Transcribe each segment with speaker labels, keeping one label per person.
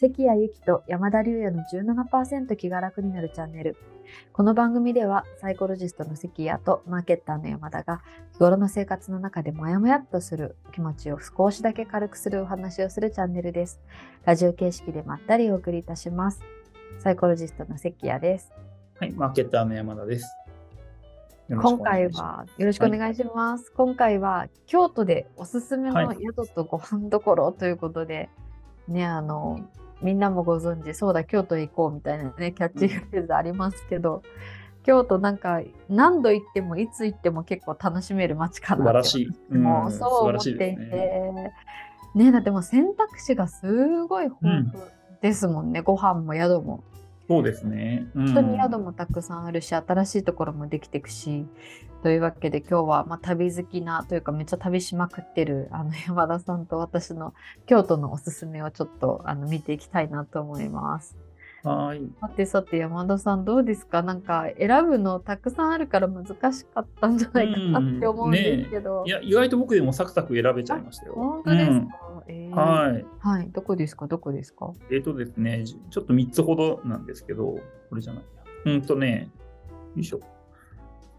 Speaker 1: 関谷由紀と山田龍也の17%気が楽になるチャンネル。この番組ではサイコロジストの関谷とマーケッターの山田が日頃の生活の中でモヤモヤっとする気持ちを少しだけ軽くするお話をするチャンネルです。ラジオ形式でまったりお送りいたします。サイコロジストの関谷です。
Speaker 2: はい、マーケッターの山田です。よろしく
Speaker 1: 今
Speaker 2: お願
Speaker 1: 回
Speaker 2: いしま
Speaker 1: はよろしくお願いします。今回は京都でおすすめの
Speaker 2: はい
Speaker 1: 宿とご飯どころということで、ねあのみんなもご存知そうだ京都へ行こうみたいなねキャッチフレーズありますけど、京都なんか何度行ってもいつ行っても結構楽しめる街か
Speaker 2: す素
Speaker 1: な
Speaker 2: 晴ら
Speaker 1: い
Speaker 2: しい。ん
Speaker 1: もうそう
Speaker 2: 素晴
Speaker 1: 思
Speaker 2: ら
Speaker 1: っ
Speaker 2: してい
Speaker 1: いて
Speaker 2: ですね。
Speaker 1: ねだってもう選択肢がすごい豊富ですもんね、ご飯も宿も
Speaker 2: そうですね。本
Speaker 1: 本当に宿もたくさんあるし、新しいところもできていくしというわけで今日は、まあ、旅好きなというかめっちゃ旅しまくってるあの 山田さんと私の京都のおすすめをちょっとあの見ていきたいなと思います。
Speaker 2: はーい。
Speaker 1: さてさて山田さんどうですかなんか選ぶのたくさんあるから難しかったんじゃないかなって思うんですけど。
Speaker 2: いや、意外と僕でもサクサク選べちゃいましたよ。
Speaker 1: 本当ですか、え
Speaker 2: う
Speaker 1: ー
Speaker 2: んはい。
Speaker 1: はい、どこですかどこですか
Speaker 2: えっ、とですね、じちょっと3つほどなんですけど、これじゃないや。うんとね、よいしょ。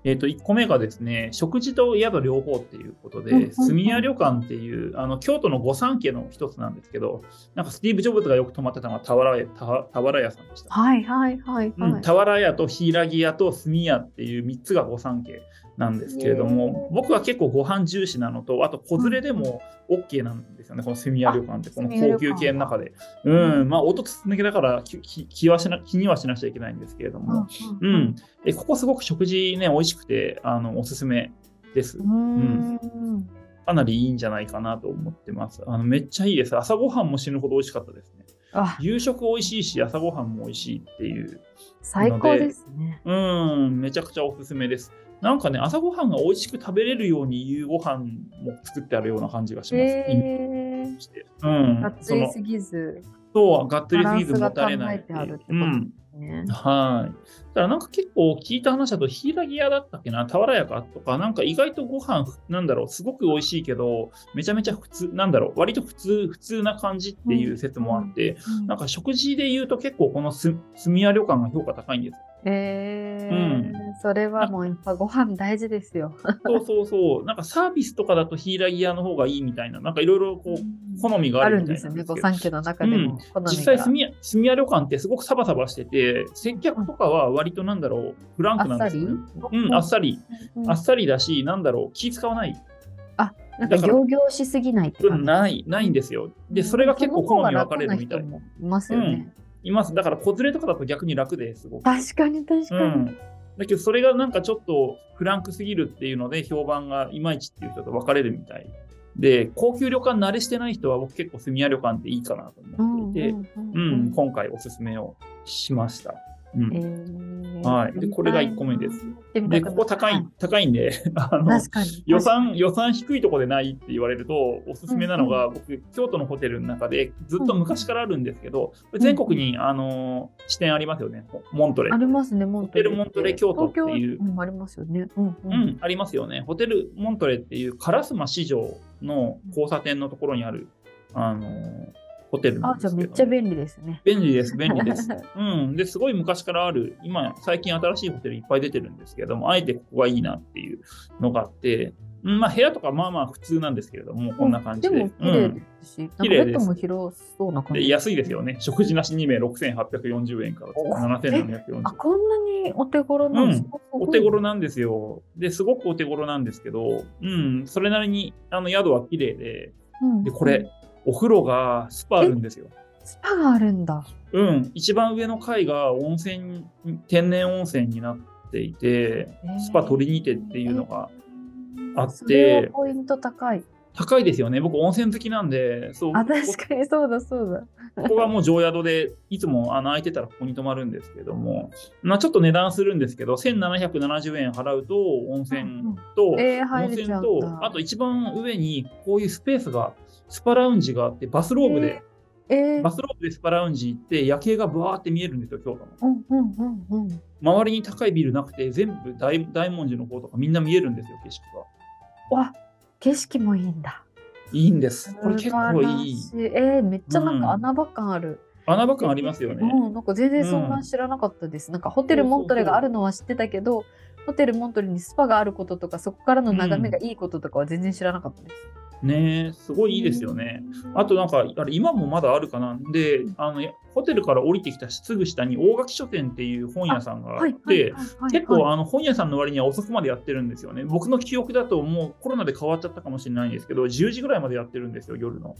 Speaker 2: えっ、と、1個目がですね、食事と宿両方っていうこと
Speaker 1: うんうんうん
Speaker 2: で、住屋旅館っていう、あの、京都の御三家の一つなんですけど、なんかスティーブ・ジョブズがよく泊まってたのが俵屋俵屋さんでした。
Speaker 1: はいはいはい
Speaker 2: うん
Speaker 1: はい。
Speaker 2: 俵屋と柊屋と炭屋っていう3つが御三家なんですけれども、僕は結構ご飯重視なのとあと子連れでも OK なんですよね、この炭屋旅館ってこの
Speaker 1: 炭屋
Speaker 2: 高級系の中でう
Speaker 1: 館
Speaker 2: んまあ音とつなぎだから気気気はしな気にはしなくちゃいけないんですけれども、
Speaker 1: う
Speaker 2: うんえここすごく食事ね美味しくてあのおすすめです
Speaker 1: う、ん。うん
Speaker 2: かなりいいんじゃないかなと思ってますあのめっちゃいいです朝ごはんも死ぬほど美味しかったですね
Speaker 1: あ
Speaker 2: 夕食美味しいし朝ごはんも美味しいっていう
Speaker 1: 最高ですね。
Speaker 2: うん、めちゃくちゃおすすめです。なんかね、朝ごはんが美味しく食べれるように夕ご飯も作ってあるような感じがします。イメ
Speaker 1: え
Speaker 2: ージしてうん
Speaker 1: ー、がっ、つ
Speaker 2: そ
Speaker 1: り
Speaker 2: の
Speaker 1: すぎず、
Speaker 2: そう、がっつりすぎずもたれない
Speaker 1: バランスが考えてあるってこと
Speaker 2: うう
Speaker 1: ね。
Speaker 2: ん、はい。だからなんか結構聞いた話だと、柊屋だったっけな、俵屋かとか、なんか意外とご飯なんだろう、すごく美味しいけど、めちゃめちゃ普通、なんだろう、割と普通、普通な感じっていう説もあって、なんか食事で言うと結構このす住屋旅館が評価高いんですよ
Speaker 1: えー
Speaker 2: うん
Speaker 1: それはもうやっぱご飯大事ですよ。
Speaker 2: そうそうそう。なんかサービスとかだとヒーラギアの方がいいみたいな、なんかいろいろこう、好みが
Speaker 1: あ
Speaker 2: ある
Speaker 1: るん
Speaker 2: みた
Speaker 1: で
Speaker 2: い
Speaker 1: す
Speaker 2: な
Speaker 1: よ
Speaker 2: ん
Speaker 1: ね、
Speaker 2: です
Speaker 1: ご
Speaker 2: けど。
Speaker 1: 三家の中で
Speaker 2: う
Speaker 1: も
Speaker 2: ん
Speaker 1: 好みが。
Speaker 2: 実際住屋、住屋旅館ってすごくサバサバしてて、接客とかは割となんだろう、フランクなんですよね。うん、あっさり、
Speaker 1: うん
Speaker 2: あっさりだし、なんだろう、気使わない、
Speaker 1: なんか行々しすぎないって
Speaker 2: うん
Speaker 1: 感じ。
Speaker 2: ない、ないんですよ。で、それが結構好み分かれるみた
Speaker 1: そ
Speaker 2: い
Speaker 1: の。方が楽な人もいますよね。
Speaker 2: います。だから、子連れとかだと逆に楽ですごく。
Speaker 1: 確かに確か
Speaker 2: う
Speaker 1: に。
Speaker 2: ん、だけどそれがなんかちょっとフランクすぎるっていうので評判がいまいちっていう人と分かれるみたいで高級旅館慣れしてない人は僕結構住屋旅館でいいかなと思っていて、うん今回おすすめをしました、うん
Speaker 1: えー
Speaker 2: はいでこれが一個目です。
Speaker 1: 行ってみた
Speaker 2: で
Speaker 1: くな
Speaker 2: こ
Speaker 1: る
Speaker 2: こ高い。高いんであの
Speaker 1: 確かに。
Speaker 2: 予算予算低いとこでないって言われるとおすすめなのが、僕京都のホテルの中でずっと昔からあるんですけど、
Speaker 1: ん
Speaker 2: 全国にあの支店ありますよねモントレ
Speaker 1: ありますね、モントレ。
Speaker 2: ホテルモントレ京都っていう
Speaker 1: 東京にもありますよね。うんう。
Speaker 2: うんん、ありますよね。ホテルモントレっていう烏丸市場の交差点のところにある、あのーホテルな
Speaker 1: あ
Speaker 2: ん、
Speaker 1: じゃ
Speaker 2: で
Speaker 1: あ
Speaker 2: す
Speaker 1: め
Speaker 2: け
Speaker 1: っちゃ
Speaker 2: ど、
Speaker 1: 便利ですね。
Speaker 2: 便利です、便 利です。うん、ですごい昔からある、今、最近新しいホテルいっぱい出てるんですけども、あえてここがいいなっていうのがあって、うんまあ、部屋とかまあまあ普通なんですけれども、こんな感じで。
Speaker 1: でも綺
Speaker 2: う
Speaker 1: 麗
Speaker 2: ん
Speaker 1: ですし、なんか
Speaker 2: 綺
Speaker 1: ベ
Speaker 2: 麗
Speaker 1: ッ
Speaker 2: です
Speaker 1: ドも広そうな感
Speaker 2: で
Speaker 1: じ。
Speaker 2: 安いですよね。食事なし2名6840円から
Speaker 1: お
Speaker 2: 7740円
Speaker 1: あ、。こんなにお手頃な
Speaker 2: うん
Speaker 1: すごい
Speaker 2: お手頃なんですよ。で、すごくお手頃なんですけど、うん、それなりにあの宿は綺麗で、
Speaker 1: うん
Speaker 2: で、これ、お風呂がスパあるんですよ。
Speaker 1: スパがあるんだ。
Speaker 2: うん、一番上の階が温泉、天然温泉になっていて、スパ取りにてっていうのがあっ
Speaker 1: それ
Speaker 2: て
Speaker 1: は、ポイント高い。
Speaker 2: 高いですよね。僕、温泉好きなんで、そう、
Speaker 1: あ、
Speaker 2: こ
Speaker 1: 確かにそうだそうだ。
Speaker 2: ここがもう常宿で、いつもあの空いてたらここに泊まるんですけども、まあちょっと値段するんですけど、1770円払うと温泉と、
Speaker 1: えー、
Speaker 2: 温
Speaker 1: 入れ
Speaker 2: 泉
Speaker 1: ちゃうん
Speaker 2: と
Speaker 1: だ。
Speaker 2: あと一番上にこういうスペースがスパラウンジがあってバスローブで、
Speaker 1: えー、
Speaker 2: バスローブでスパラウンジ行って夜景がブワーって見えるんですよ京都の
Speaker 1: うんうんうんうん。
Speaker 2: 周りに高いビルなくて全部大大文字の方とかみんな見えるんですよ景色が
Speaker 1: わ、景色もいいんだ。
Speaker 2: いいんですこれ結構いい
Speaker 1: 素晴らしえー、めっちゃなんか穴場感ある。
Speaker 2: 穴場感ありますよね。
Speaker 1: うん、なんか全然そんな知らなかったです。なんかホテルモントレがあるのは知ってたけど、ホテルモントレにスパがあることとか、そこからの眺めがいいこととかは全然知らなかったです。
Speaker 2: ねえすごいいいですよね。あとなんか、あれ今もまだあるかなで、あの、ホテルから降りてきたすぐ下に大垣書店っていう本屋さんがあ
Speaker 1: は
Speaker 2: っ
Speaker 1: い、はいはい
Speaker 2: て、
Speaker 1: はい
Speaker 2: 結構あの本屋さんの割には遅くまでやってるんですよね。僕の記憶だともうコロナで変わっちゃったかもしれないんですけど、10時ぐらいまでやってるんですよ、夜の。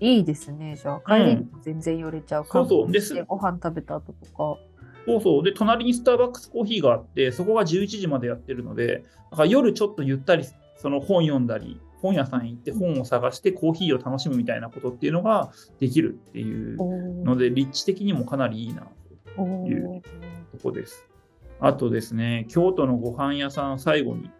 Speaker 1: いいですね。じゃあ、帰りにも全然寄れちゃう。
Speaker 2: そうそう
Speaker 1: 観光して
Speaker 2: です
Speaker 1: ご飯食べた後とか。
Speaker 2: そうそう。で、隣にスターバックスコーヒーがあって、そこが11時までやってるので、だから夜ちょっとゆったり、その本読んだり、本屋さん行って本を探してコーヒーを楽しむみたいなことっていうのができるっていう
Speaker 1: おー
Speaker 2: ので、立地的にもかなりいいな、
Speaker 1: お
Speaker 2: い
Speaker 1: ー
Speaker 2: とこです。あとですね、京都のご飯屋さん、最後に、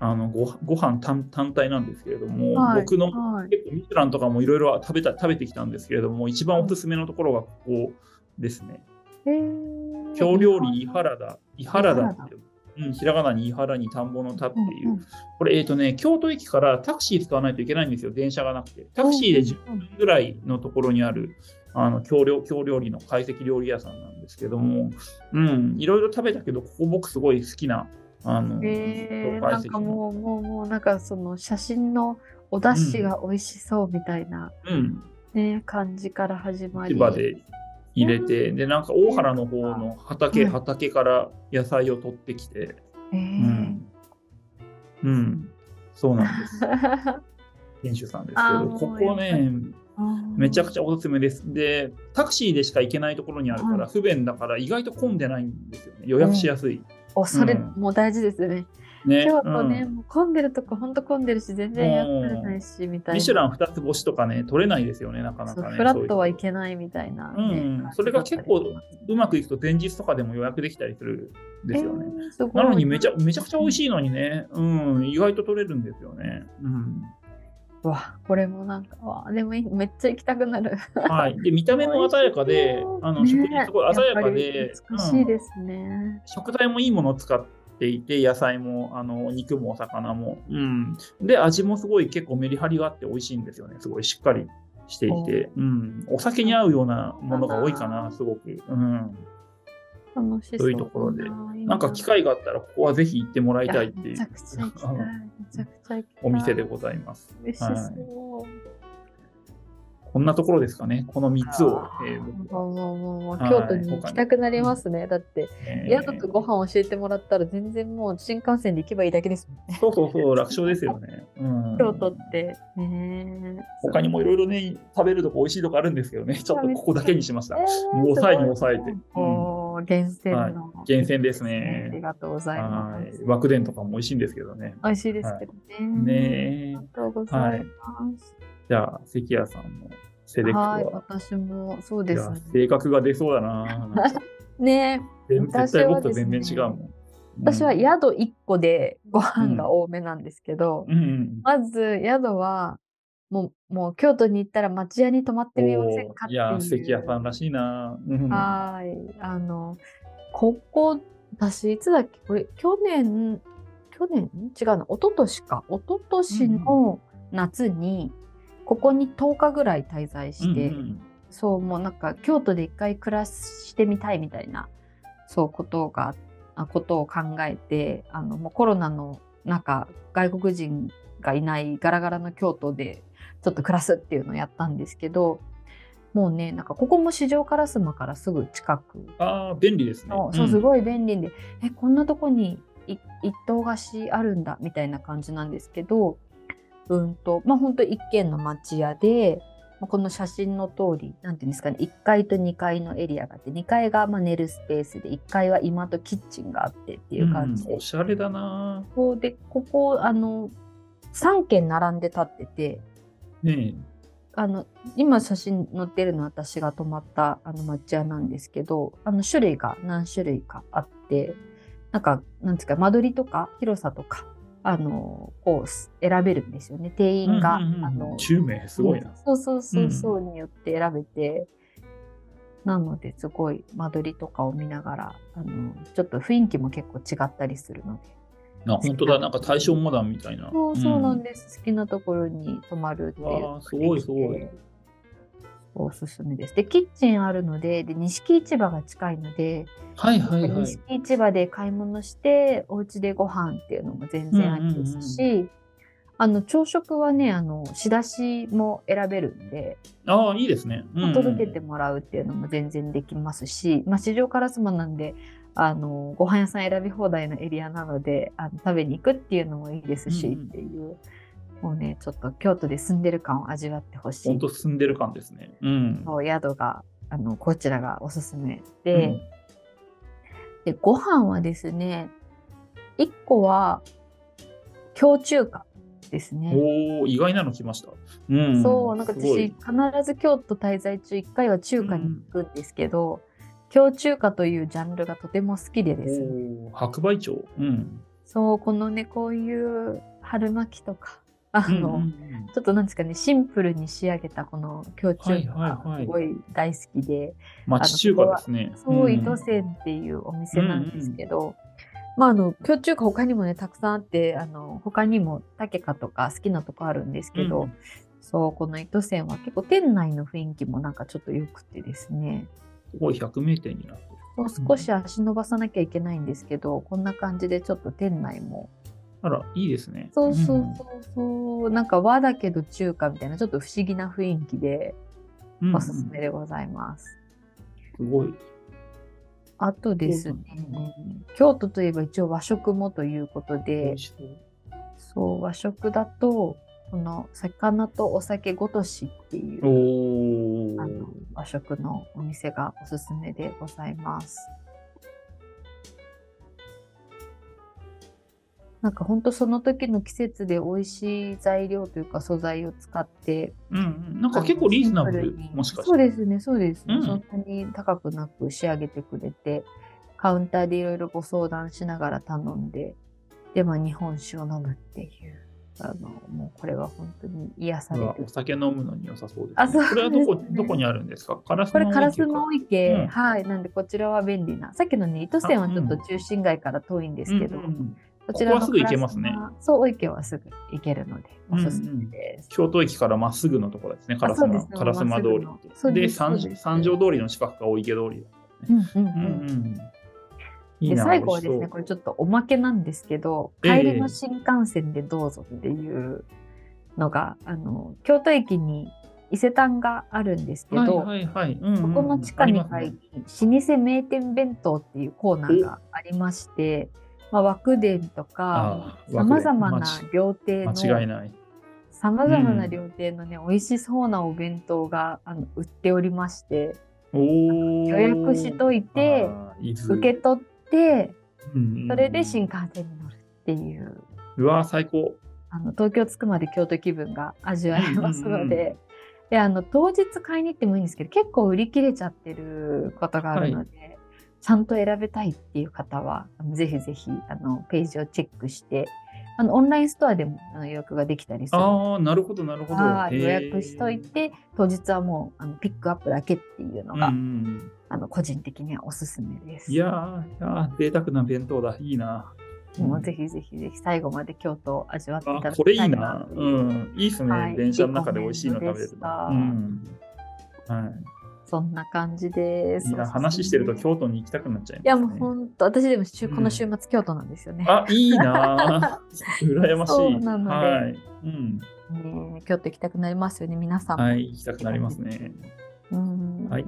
Speaker 2: あのごご飯単単体なんですけれども、
Speaker 1: はい
Speaker 2: 僕の
Speaker 1: はい。
Speaker 2: 結構ミシュランとかもいろいろ食べた食べてきたんですけれども、一番おすすめのところがここですね。
Speaker 1: えー
Speaker 2: 京料理伊原田、伊原田って
Speaker 1: 伊、
Speaker 2: うん、ひらがなに伊原に田んぼの田っ
Speaker 1: う
Speaker 2: て
Speaker 1: ん
Speaker 2: いう、
Speaker 1: うん
Speaker 2: これ、えっ、とね、京都駅からタクシー使わないといけないんですよ、電車がなくて。タクシーで10分ぐらいのところにある、あの京料京料理の懐石料理屋さんなんですけども、うん、いろいろ食べたけど、ここ僕すごい好きな、あの、
Speaker 1: えー、
Speaker 2: 懐
Speaker 1: な
Speaker 2: 石
Speaker 1: ん
Speaker 2: の
Speaker 1: かもう、もう、もう、なんかその写真のお出汁が美味しそうみたいな、
Speaker 2: うん、
Speaker 1: ね、感じから始ま
Speaker 2: 市
Speaker 1: り。
Speaker 2: 場で入れて、で、なんか大原の方の畑、
Speaker 1: うん
Speaker 2: 畑から野菜を取ってきて、
Speaker 1: え
Speaker 2: う
Speaker 1: ー
Speaker 2: ん、うん、そうなん です。店主さんです
Speaker 1: あ
Speaker 2: け
Speaker 1: ー
Speaker 2: ど、こ
Speaker 1: もうや
Speaker 2: こ
Speaker 1: っぱり
Speaker 2: ね、めちゃく
Speaker 1: ち
Speaker 2: ちゃおすすめです。で、タクシーでしか行けないところにあるから、
Speaker 1: う
Speaker 2: 不便だから、意外と混んでないんですよね。予約しやすい。
Speaker 1: ゃ。お、それ
Speaker 2: うん
Speaker 1: もう大事ですね。
Speaker 2: ね。
Speaker 1: 京都
Speaker 2: う
Speaker 1: ね、
Speaker 2: ん
Speaker 1: もう混んでるとこ、ほんと混んでるし、全然やってられないし、みたいな。
Speaker 2: ミシュラン2つ星とかね、取れないですよね、なかな
Speaker 1: そう
Speaker 2: かね。
Speaker 1: フラットはい
Speaker 2: ない。
Speaker 1: けないみたいな、
Speaker 2: うんそれが結構うまくいくと前日とかでも予約できたりするんですよね。
Speaker 1: えーすごい
Speaker 2: なのにめちゃめちゃくちゃ美味しいのにね、うん、意外と取れるんですよね。うん
Speaker 1: うわこれもなんかわでもいいめっちゃ行きたくなる
Speaker 2: はい、で見た目も鮮やかで、あの食
Speaker 1: ね
Speaker 2: 事すごい鮮やかで
Speaker 1: やっ、ぱり美しい
Speaker 2: うん
Speaker 1: ですね、
Speaker 2: 食材もいいものを使っていて、野菜も、あの、肉もお魚も。うん。で、味もすごい結構メリハリがあって美味しいんですよね。すごいしっかりしていて。うん。お酒に合うようなものが多いかな、すごく。うん。
Speaker 1: 楽しそう
Speaker 2: そういうところで
Speaker 1: いいな
Speaker 2: なんか機会があったら、ここはぜひ行ってもらいたいってい
Speaker 1: め
Speaker 2: う
Speaker 1: ちゃくちゃ行きたいめちゃくちゃ行きたい
Speaker 2: お店でございます。
Speaker 1: 美味しそう、
Speaker 2: こんなところですかね。この3つを。えー僕は
Speaker 1: もうもうもうもう
Speaker 2: はい
Speaker 1: 京都に行きたくなりますね、だって
Speaker 2: えー
Speaker 1: 宿とご飯教えてもらったら全然もう新幹線で行けばいいだけですもんね
Speaker 2: そうそうそう、楽勝ですよね。うん。
Speaker 1: 京都ってね
Speaker 2: 他にもいろいろね、食べるとこ美味しいとこあるんですけどね、ちょっとここだけにしました
Speaker 1: え。ー
Speaker 2: もう抑えに抑えて
Speaker 1: すごい
Speaker 2: うん
Speaker 1: おー厳選
Speaker 2: はい
Speaker 1: の。
Speaker 2: 厳選ですね
Speaker 1: ありがとうございま
Speaker 2: はい
Speaker 1: す。。
Speaker 2: 枠伝とかも美味しいんですけどね。
Speaker 1: 美味しいですけどね。
Speaker 2: ね
Speaker 1: あり
Speaker 2: え。
Speaker 1: がとうございます。
Speaker 2: じゃあ、関谷さんのセレクトは。
Speaker 1: はい、私もそう
Speaker 2: い
Speaker 1: です
Speaker 2: や
Speaker 1: ね、
Speaker 2: 性格が出そうだな。なん か
Speaker 1: ね。
Speaker 2: 全絶対僕と全然違
Speaker 1: 私
Speaker 2: う
Speaker 1: は
Speaker 2: も
Speaker 1: です
Speaker 2: ん。
Speaker 1: 私は
Speaker 2: うん、
Speaker 1: 宿1個でご飯が多めなんですけど、
Speaker 2: うんうん。
Speaker 1: まず宿は、もう、もう京都に行ったら町屋に泊まってみませんか
Speaker 2: お
Speaker 1: っ
Speaker 2: ー
Speaker 1: て
Speaker 2: い
Speaker 1: いう。
Speaker 2: や、関谷さんらしいな。うん
Speaker 1: はーい。あの、ここ、私、いつだっけこれ、去年、去年違うの、一昨年か。一昨年の夏に、ここに10日ぐらい滞在して、
Speaker 2: うんうん
Speaker 1: そう、もうなんか、京都で一回暮らしてみたいみたいな、そう、ことが、あことを考えて、あの、もうコロナの中、外国人がいないガラガラの京都で、ちょっと暮らすっていうのをやったんですけど、もうね、なんか、ここも市場烏丸からすぐ近く
Speaker 2: ああ、便利ですね。
Speaker 1: の、そう、
Speaker 2: ん
Speaker 1: すごい便利で、え、こんなとこにい一棟貸しあるんだ、みたいな感じなんですけど、うんと、まあ、ほんと一軒の町屋で、まあこの写真の通り、なんていうんですかね、1階と2階のエリアがあって、2階がまあ寝るスペースで、1階は今とキッチンがあってっていう感じ
Speaker 2: うん
Speaker 1: で
Speaker 2: お、しゃれだな。
Speaker 1: ここで、ここ、あの、3軒並んで立ってて、
Speaker 2: ね
Speaker 1: あの今写真載ってるのは私が泊まったあの抹屋なんですけどあの種類が何種類かあってなんかなんですか間取りとか広さとかあのこうす選べるんですよね定
Speaker 2: え。
Speaker 1: 員が。あ
Speaker 2: うんうんうん
Speaker 1: の
Speaker 2: 10名、すごいな。
Speaker 1: そうそうそうそうによって選べて、なのですごい間取りとかを見ながらあのちょっと雰囲気も結構違ったりするので
Speaker 2: あ本当だ、なんか大正モダンみたいな。
Speaker 1: そうそうなん
Speaker 2: で
Speaker 1: です、好きなところに泊まるっていう
Speaker 2: わあすごいすごい。
Speaker 1: おすすめです。で、キッチンあるので、で、錦市場が近いので、
Speaker 2: はいはいはい。
Speaker 1: 錦市場で買い物して、お家でご飯っていうのも全然ありですし、あの、朝食はね、あの、仕出しも選べるんで、
Speaker 2: ああ、いいですね。うんうん
Speaker 1: 届けてもらうっていうのも全然できますし、まあ、市場から妻なんで、あの、ご飯屋さん選び放題のエリアなので、あの食べに行くっていうのもいいですし、
Speaker 2: うんうん
Speaker 1: っていう、もうね、ちょっと京都で住んでる感を味わってほしい
Speaker 2: 本。当進んでる感ですね。うん。
Speaker 1: そう宿があのこちらがおすすめ
Speaker 2: う
Speaker 1: で,、
Speaker 2: ん
Speaker 1: でご飯はですね1個は京中華ですね、
Speaker 2: おお、意外なの来ました。うん。
Speaker 1: そうなんか
Speaker 2: すご
Speaker 1: 私
Speaker 2: い
Speaker 1: 必ず京都滞在中1回は中華に行くんですけど、京中華というジャンルがとても好きでですね
Speaker 2: おー白梅町。うん。
Speaker 1: そうこのねこういう春巻きとかあ
Speaker 2: うんう
Speaker 1: の、
Speaker 2: ん
Speaker 1: ちょっとなんですかねシンプルに仕上げたこの京中華
Speaker 2: はいはい
Speaker 1: が
Speaker 2: はい
Speaker 1: すごい大好きで、
Speaker 2: 町中華ですね。
Speaker 1: そう、
Speaker 2: ん
Speaker 1: 伊藤線っていうお店なんですけど、まあ、あの、京中華他にもね、たくさんあって、あの、他にも竹かとか好きなとこあるんですけど、
Speaker 2: うん
Speaker 1: そう、この伊藤線は結構店内の雰囲気もなんかちょっと良くてですね、
Speaker 2: すごい百名店になって
Speaker 1: も
Speaker 2: る。
Speaker 1: う少し足伸ばさなきゃいけないんですけど、こんな感じでちょっと店内も、
Speaker 2: あら、いいですね。
Speaker 1: そうそうんそうそう、なんか和だけど中華みたいなちょっと不思議な雰囲気で
Speaker 2: うんうん
Speaker 1: おすすめでございます。
Speaker 2: すごい。
Speaker 1: あとですね、京都といえば一応和食もということ
Speaker 2: 美
Speaker 1: で
Speaker 2: 味、しそう
Speaker 1: そう和食だとこの魚とお酒ごとしっていう
Speaker 2: お
Speaker 1: あ
Speaker 2: ー
Speaker 1: の和食のお店がおすすめでございます。なんかほんとその時の季節で美味しい材料というか素材を使って
Speaker 2: うんうん。なんか結構リーズナブル、もしかして。
Speaker 1: そうですねそうですね、
Speaker 2: うん
Speaker 1: そんなに高くなく仕上げてくれてカウンターでいろいろご相談しながら頼んででまあ日本酒を飲むっていうあのもうこれは本当に癒さ
Speaker 2: う
Speaker 1: れ
Speaker 2: わ
Speaker 1: る
Speaker 2: お酒飲むのに良さそうです、ね。
Speaker 1: あそう
Speaker 2: これはどこ、
Speaker 1: ですね
Speaker 2: どこにあるんですかカラス
Speaker 1: これ
Speaker 2: の
Speaker 1: 烏
Speaker 2: か
Speaker 1: の池、
Speaker 2: うん
Speaker 1: はいなんでこちらは便利なさっきのね糸線はちょっと
Speaker 2: あうん
Speaker 1: 中心街から遠いんですけど、
Speaker 2: うんうんうん
Speaker 1: こちらの
Speaker 2: ここはすぐ行けますね
Speaker 1: 烏丸そう池はすぐ行けるのでおすすめです、
Speaker 2: 京都駅からまっすぐのところですね、カラス
Speaker 1: そうで
Speaker 2: マ
Speaker 1: す
Speaker 2: カラスマ通り
Speaker 1: まっすぐのそう
Speaker 2: で
Speaker 1: です
Speaker 2: 三
Speaker 1: そうです
Speaker 2: 三条通りの近くが大池通りだ。
Speaker 1: うんうん
Speaker 2: う
Speaker 1: うんん
Speaker 2: うん。いい
Speaker 1: で
Speaker 2: な
Speaker 1: 最後はです
Speaker 2: 美味
Speaker 1: ね
Speaker 2: し
Speaker 1: これちょっとおまけなんですけど
Speaker 2: ええ
Speaker 1: 帰りの新幹線でどうぞっていうのが、あの京都駅に伊勢丹があるんですけ
Speaker 2: そう
Speaker 1: ど、
Speaker 2: はいはいはい。うんうん
Speaker 1: そこの地下2階に老舗名店弁当っていうコーナーがありまして、まあ、枠伝とか
Speaker 2: あー
Speaker 1: さまざま
Speaker 2: 和
Speaker 1: な
Speaker 2: 久伝
Speaker 1: 料亭
Speaker 2: あり
Speaker 1: の
Speaker 2: ますね間違いない。
Speaker 1: さまざま
Speaker 2: う
Speaker 1: なん料亭のね、美味しそうなお弁当があの売っておりまして
Speaker 2: おお。
Speaker 1: 予約しといて
Speaker 2: あー、伊豆
Speaker 1: 受け取って
Speaker 2: うんうん
Speaker 1: それで新幹線に乗るっていう
Speaker 2: うわー、最高。
Speaker 1: あの東京着くまで京都気分が味わえますので,、
Speaker 2: うんうん
Speaker 1: であの当日買いに行ってもいいんですけど結構売り切れちゃってることがあるので、ちゃんと選べたいっていう方はあのぜひぜひあのページをチェックしてあのオンラインストアでもあの予約ができたりするので
Speaker 2: ああ、なるほど、なるほど。
Speaker 1: はい
Speaker 2: へー
Speaker 1: 予約しとい。て当日はもうあのピックアップだけっていうの
Speaker 2: うん
Speaker 1: が、
Speaker 2: うん
Speaker 1: あの個人的にはおすすめです。
Speaker 2: いやー、いやー贅沢な弁当だ。いいな。
Speaker 1: もうぜひぜひぜひ最後まで京都を味わっていた
Speaker 2: あ
Speaker 1: だきたいな
Speaker 2: これいいな。うん。いいですね、
Speaker 1: はい
Speaker 2: 電車の中で美味しいの食べれるの。
Speaker 1: いいコメ
Speaker 2: うん。はい。
Speaker 1: そんな感じです。
Speaker 2: いや、話してると
Speaker 1: い
Speaker 2: 京都に行きたくなっちゃいます、ね。
Speaker 1: やもう本当私でも週
Speaker 2: うん
Speaker 1: この週末京都なんですよね。
Speaker 2: あ、いいなぁ。 羨ましい。
Speaker 1: そうなので
Speaker 2: はい。うん。
Speaker 1: ね京都行きたくなりますよね皆さんも。
Speaker 2: はい、行きたくなりますね。
Speaker 1: うん
Speaker 2: はい。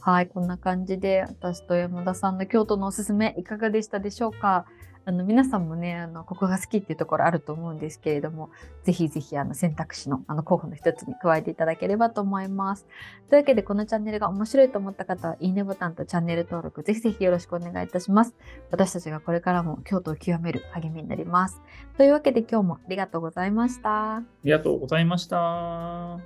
Speaker 1: はいこんな感じで私と山田さんの京都のおすすめいかがでしたでしょうか。あの皆さんもねあのここが好きっていうところあると思うんですけれどもぜひぜひあの選択肢のあの候補の一つに加えていただければと思います。というわけでこのチャンネルが面白いと思った方はいいねボタンとチャンネル登録ぜひぜひよろしくお願いいたします。私たちがこれからも京都を極める励みになります。というわけで今日もありがとうございました。
Speaker 2: ありがとうございました。